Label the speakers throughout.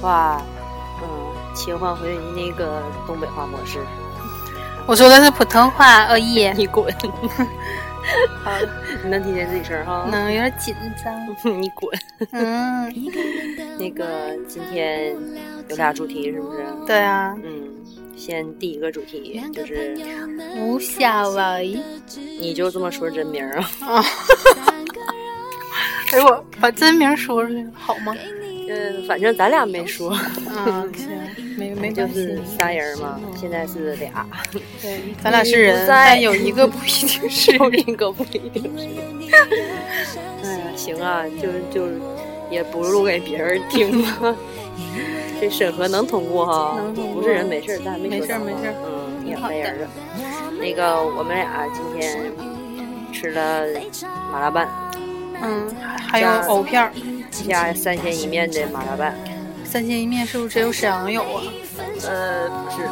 Speaker 1: 嗯切换回你那个东北话模式。
Speaker 2: 我说的是普通话，哦恶意，
Speaker 1: 你滚！好， 你能听见自己声儿哈？
Speaker 2: 能有点紧 张。
Speaker 1: 你滚！
Speaker 2: 嗯，
Speaker 1: 那个今天有俩主题是不是？
Speaker 2: 对啊，
Speaker 1: 嗯，先第一个主题就是
Speaker 2: 吴小维。
Speaker 1: 你就这么说真名儿啊？
Speaker 2: 啊，哎我把真名说出来好吗？
Speaker 1: 嗯，反正咱俩没说，
Speaker 2: 嗯，行，没 没
Speaker 1: 就
Speaker 2: 关系
Speaker 1: 是。仨人儿嘛，现在是俩，
Speaker 2: 对，咱俩是人
Speaker 1: 不，在
Speaker 2: 但有一个不一定是
Speaker 1: 有
Speaker 2: 人。
Speaker 1: 一个不一定是。哎呀，行啊，就就也不录给别人听了，这审核能通过哈？
Speaker 2: 能通过
Speaker 1: 不是人没事儿，咱没
Speaker 2: 没
Speaker 1: 说
Speaker 2: 事儿
Speaker 1: 脏话
Speaker 2: 没事儿
Speaker 1: 嗯，也
Speaker 2: 挺好
Speaker 1: 没人
Speaker 2: 的
Speaker 1: 了。那个我们俩今天吃了麻辣拌，
Speaker 2: 嗯，还有藕片儿，
Speaker 1: 加三鲜一面的麻辣拌，
Speaker 2: 三鲜一面是不是只有沈阳有啊？
Speaker 1: 呃，不是。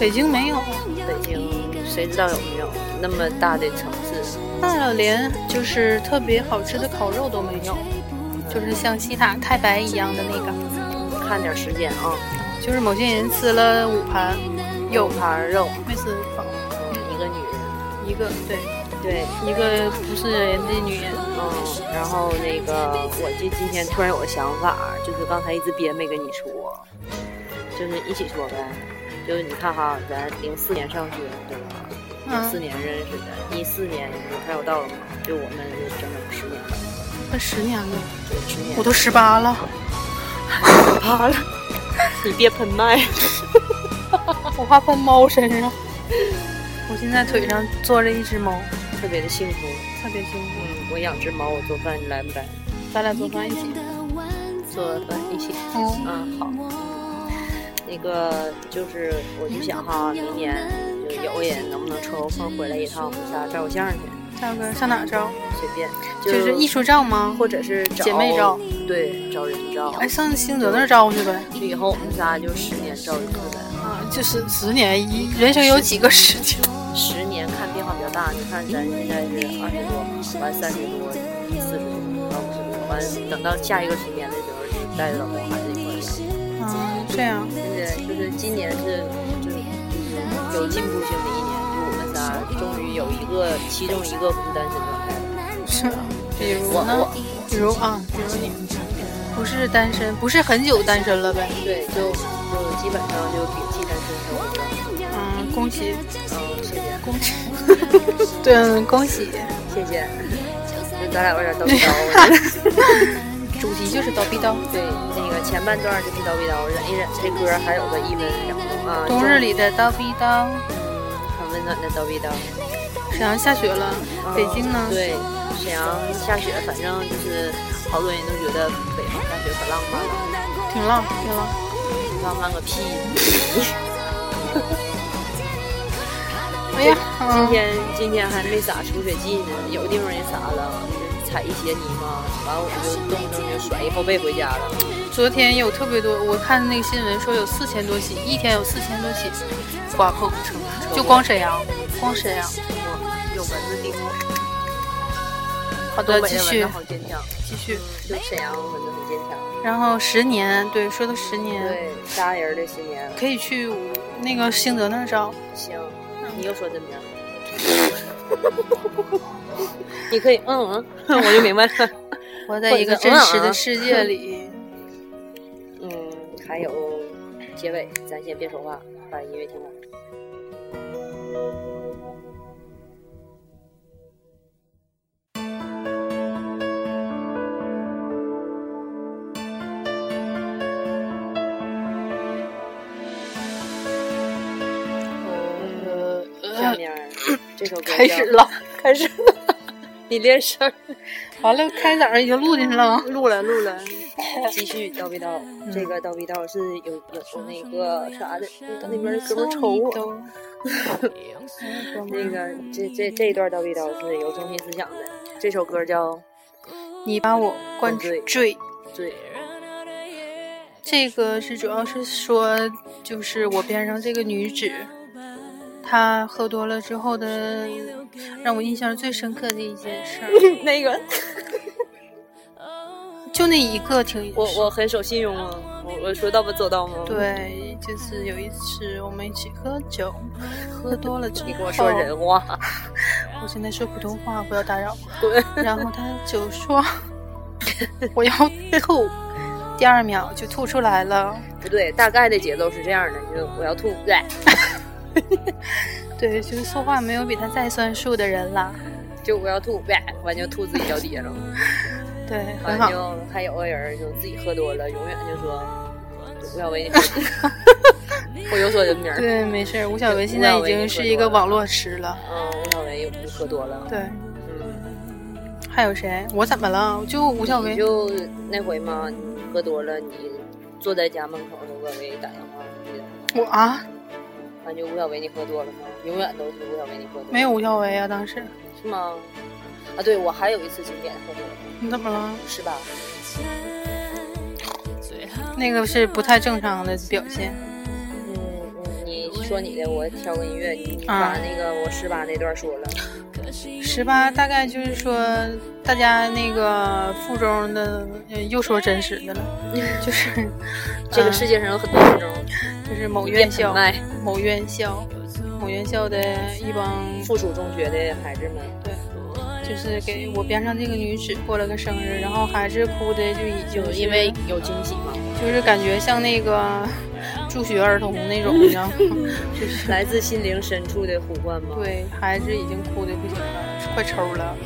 Speaker 2: 北京没有啊。
Speaker 1: 北京谁知道有没有那么大的城市？
Speaker 2: 那连就是特别好吃的烤肉都没有，就是像西塔太白一样的那个，
Speaker 1: 看点时间啊，
Speaker 2: 就是某些人吃了五盘，有
Speaker 1: 盘肉，
Speaker 2: 没吃饱，
Speaker 1: 一个女人，
Speaker 2: 一个对，
Speaker 1: 对，
Speaker 2: 一个不是人的女人，
Speaker 1: 嗯，然后那个，我就今天突然有个想法，就是刚才一直憋没跟你说，就是一起说呗。就是你看哈，咱零四年上学对吧？零四
Speaker 2: 嗯，
Speaker 1: 年认识的，一四年有还有到了吗？就我们就整整十年了，
Speaker 2: 快十年了，
Speaker 1: 对，十年。
Speaker 2: 我都十八了，
Speaker 1: 怕 了，你别喷麦。
Speaker 2: 我怕喷猫身上。我现在腿上坐着一只猫，
Speaker 1: 特别的幸福，
Speaker 2: 特别幸福。
Speaker 1: 嗯，我养只猫，我做饭你来不来？
Speaker 2: 咱俩做饭一起，
Speaker 1: 做饭一起。
Speaker 2: 嗯，
Speaker 1: 嗯，好。那个就是，我就想哈，明年就有也能不能抽个空回来一趟，我们仨照个相去，
Speaker 2: 大哥上哪儿照？
Speaker 1: 随便。
Speaker 2: 就是艺，术照吗？
Speaker 1: 或者是找
Speaker 2: 姐妹照，
Speaker 1: 对，找人照。
Speaker 2: 哎，上星泽那儿照去呗。
Speaker 1: 就以后我们仨就十年照一次呗，
Speaker 2: 啊，就是十年一，人生有几个十年？
Speaker 1: 十年看变化比较大。你看咱现在是二十多嘛，完三十多，四十多，然后五十多，完等到下一个十年的时候，就带着老公孩子一块儿养。
Speaker 2: 嗯，这样，
Speaker 1: 对，就是今年是就是有进步性的一年，就我们仨终于有一个其中一个不单身状态了。
Speaker 2: 是，啊比如
Speaker 1: 我
Speaker 2: 呢
Speaker 1: 我？
Speaker 2: 比如啊，比如你不是单身，不是很久单身了呗？
Speaker 1: 对，就就基本上就摒弃单身生活了。
Speaker 2: 嗯，恭喜，
Speaker 1: 嗯，谢谢
Speaker 2: 恭喜， 对，嗯恭喜。
Speaker 1: 谢谢，就咱俩有点叨逼叨。我觉得
Speaker 2: 主题就是叨逼叨，
Speaker 1: 对，那个前半段就是叨逼叨，忍一忍，这歌还有个一分两分啊。
Speaker 2: 冬日里的叨逼叨。
Speaker 1: 很温暖的叨逼叨。
Speaker 2: 沈阳下雪了，
Speaker 1: 嗯
Speaker 2: 北京呢？
Speaker 1: 对，沈阳下雪，反正就是好多人都觉得北方下雪可浪漫了。
Speaker 2: 挺浪，挺浪。
Speaker 1: 浪漫个屁！
Speaker 2: 哎呀，
Speaker 1: 今
Speaker 2: 嗯，
Speaker 1: 天今天还没撒除雪剂呢，有的地方也撒了，踩一鞋泥嘛，完我就动不动就甩一后背回家了。
Speaker 2: 嗯昨天有特别多，我看那个新闻说有四千多起，一天有四千多起刮碰车，就光沈阳，光沈阳。
Speaker 1: 有蚊子叮我，
Speaker 2: 好
Speaker 1: 东
Speaker 2: 的，
Speaker 1: 北
Speaker 2: 继
Speaker 1: 的蚊子
Speaker 2: 续
Speaker 1: 好坚强，
Speaker 2: 继续。
Speaker 1: 就沈阳蚊子很坚强。
Speaker 2: 然后十年，对，说到十年，
Speaker 1: 对，扎人的十年，
Speaker 2: 可以去那个兴德那儿照。
Speaker 1: 行，你又说真 名。你可以，嗯嗯， 我就明白了。
Speaker 2: 活在一个真实
Speaker 1: 啊
Speaker 2: 的世 界里。
Speaker 1: 嗯，还有结尾，咱先别说话，把音乐听完。下面儿这首歌
Speaker 2: 开
Speaker 1: 叫
Speaker 2: 始，了，
Speaker 1: 开始了， 你练声儿。
Speaker 2: 完了，开嗓已经录进去了。
Speaker 1: 录了录了， 继续叨逼叨。
Speaker 2: 嗯
Speaker 1: 这个叨逼叨是有有那个啥的，那个那边的哥们儿瞅我。那个这这这一段叨逼叨是有中心思想的。这首歌叫《
Speaker 2: 你把我灌
Speaker 1: 灌醉
Speaker 2: 醉，
Speaker 1: 醉》，
Speaker 2: 这个是主要是说，就是我边上这个女子，她喝多了之后的，让我印象最深刻的一件事儿，
Speaker 1: 那个
Speaker 2: 就那一个挺
Speaker 1: 我我很守信用啊，我我说到不做到吗？，
Speaker 2: 对，就是有一次我们一起喝酒，喝多了之后，
Speaker 1: 你跟我说人话，
Speaker 2: 我现在说普通话，不要打扰。
Speaker 1: 滚！
Speaker 2: 然后他就说 我要 吐，第二秒就吐出来了。
Speaker 1: 不对，大概的节奏是这样的，就是我要吐，对，
Speaker 2: 对，就是说话没有比他再算数的人啦。
Speaker 1: 就我要吐，对，完就吐自己脚底下了。
Speaker 2: 对，
Speaker 1: 完
Speaker 2: 很好。
Speaker 1: 就还啊有个人就自己喝多了，永远就说吴小 维，你喝多了我又说人名儿，
Speaker 2: 对，没事儿。吴小
Speaker 1: 对
Speaker 2: 维
Speaker 1: 吴
Speaker 2: 现在
Speaker 1: 小
Speaker 2: 已
Speaker 1: 维
Speaker 2: 经
Speaker 1: 也
Speaker 2: 是
Speaker 1: 喝
Speaker 2: 一
Speaker 1: 多
Speaker 2: 个
Speaker 1: 了
Speaker 2: 网络痴了。
Speaker 1: 嗯，吴小维又不喝多了，
Speaker 2: 对，
Speaker 1: 嗯，
Speaker 2: 还有谁？我怎么了？就吴小
Speaker 1: 你
Speaker 2: 维，
Speaker 1: 就那回嘛，你喝多了，你坐在家门口，吴小维打电话，你记得吗
Speaker 2: 我啊，
Speaker 1: 完就吴小维你喝多了吗？永远都是吴小维你喝多了，
Speaker 2: 没有吴小维啊。当时
Speaker 1: 是吗？啊，对，我还有一次经典喝多了，
Speaker 2: 你怎么了？
Speaker 1: 是吧？
Speaker 2: 那个是不太正常的表现。
Speaker 1: 嗯，嗯你说你的，我挑个音乐，你
Speaker 2: 啊
Speaker 1: 把那个我十八那段说了，
Speaker 2: 十八大概就是说，大家那个附中的呃又说真实的了，就是
Speaker 1: 这个
Speaker 2: 嗯
Speaker 1: 世界上有很多这种
Speaker 2: 就是某
Speaker 1: 变
Speaker 2: 院
Speaker 1: 本
Speaker 2: 校、
Speaker 1: 卖。
Speaker 2: 某院校、某院校的一帮，
Speaker 1: 附属中学的孩子们，
Speaker 2: 就是给我边上这个女子过了个生日，然后孩子哭的就已经
Speaker 1: 就是因为有惊喜嘛，
Speaker 2: 就是感觉像 那个助学儿童那种，你知道吗？就是
Speaker 1: 来自心灵深处的呼唤嘛。
Speaker 2: 对孩子已经哭的不行了，快抽了，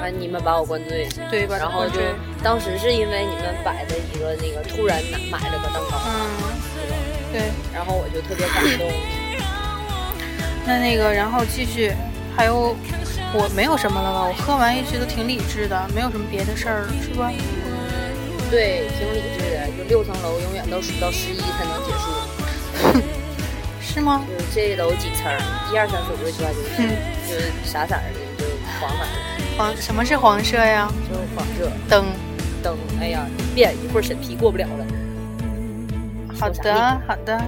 Speaker 1: 完，你们把我灌醉，
Speaker 2: 对吧？
Speaker 1: 然后就
Speaker 2: 嗯对
Speaker 1: 当时是因为你们摆的一个那个突然拿买了个蛋糕，
Speaker 2: 嗯，对。
Speaker 1: 然后我就特别感动。
Speaker 2: 嗯那那个，然后继续，还有我没有什么了吧？我喝完一直都挺理智的，没有什么别的事儿，是吧？
Speaker 1: 对，挺理智的，就六层楼永远都数到十一才能结束，
Speaker 2: 是 吗？
Speaker 1: 就是这楼几层，一二三四五六七八九十，
Speaker 2: 嗯
Speaker 1: 就是啥色儿的，就是黄色儿
Speaker 2: 黄什么是黄色呀？
Speaker 1: 的，就是黄色
Speaker 2: 灯。
Speaker 1: 灯。哎呀，别一会儿审批过不了了。
Speaker 2: 好的，好的。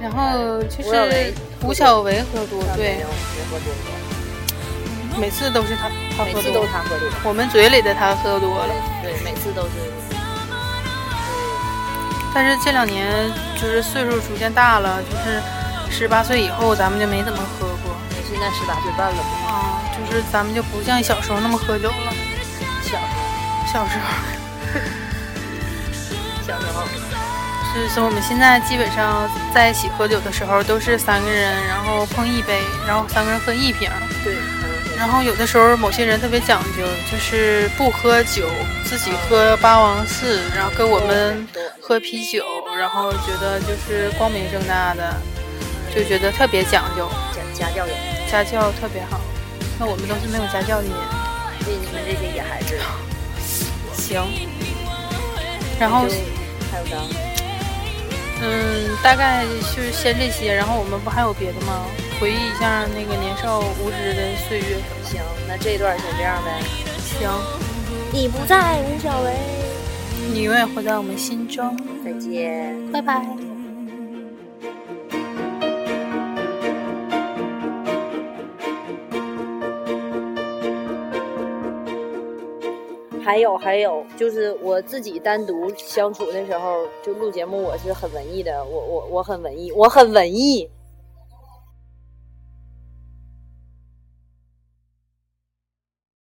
Speaker 2: 然后
Speaker 1: 呃吴
Speaker 2: 就
Speaker 1: 小维
Speaker 2: 是吴小维喝多，对
Speaker 1: 没，有没喝多过，
Speaker 2: 每次都是他他
Speaker 1: 每
Speaker 2: 喝
Speaker 1: 次都
Speaker 2: 多
Speaker 1: 是，他喝多。
Speaker 2: 我们嘴里的他喝多了。
Speaker 1: 对，每次都是。
Speaker 2: 但是这两年就是岁数逐渐大了，就是十八岁以后咱们就没怎么喝过
Speaker 1: 你现在十八岁半了吗？
Speaker 2: 啊，就是咱们就不像小时候那么喝酒了。
Speaker 1: 小
Speaker 2: 小时候。
Speaker 1: 小时候，
Speaker 2: 就是说我们现在基本上在一起喝酒的时候，都是三个人，然后碰一杯，然后三个人喝一瓶。
Speaker 1: 对，
Speaker 2: 然后有的时候某些人特别讲究，就是不喝酒，自己喝八王寺，然后跟我们喝啤酒，然后觉得就是光明正大的，就觉得特别讲究，
Speaker 1: 家家教也，
Speaker 2: 家教特别好。那我们都是没有家教的人。
Speaker 1: 对你们这些野孩子，
Speaker 2: 行。然后
Speaker 1: 就还有啥？
Speaker 2: 嗯，大概就是先这些，然后我们不还有别的吗？回忆一下那个年少无知的岁月。
Speaker 1: 行，那这一段先这样呗。
Speaker 2: 行，
Speaker 1: 你不在，吴小维，
Speaker 2: 你永远活在我们心中。
Speaker 1: 再见。
Speaker 2: 拜拜。
Speaker 1: 还有还有，就是我自己单独相处的时候，就录节目，我是很文艺的，我我我很文艺，我很文艺，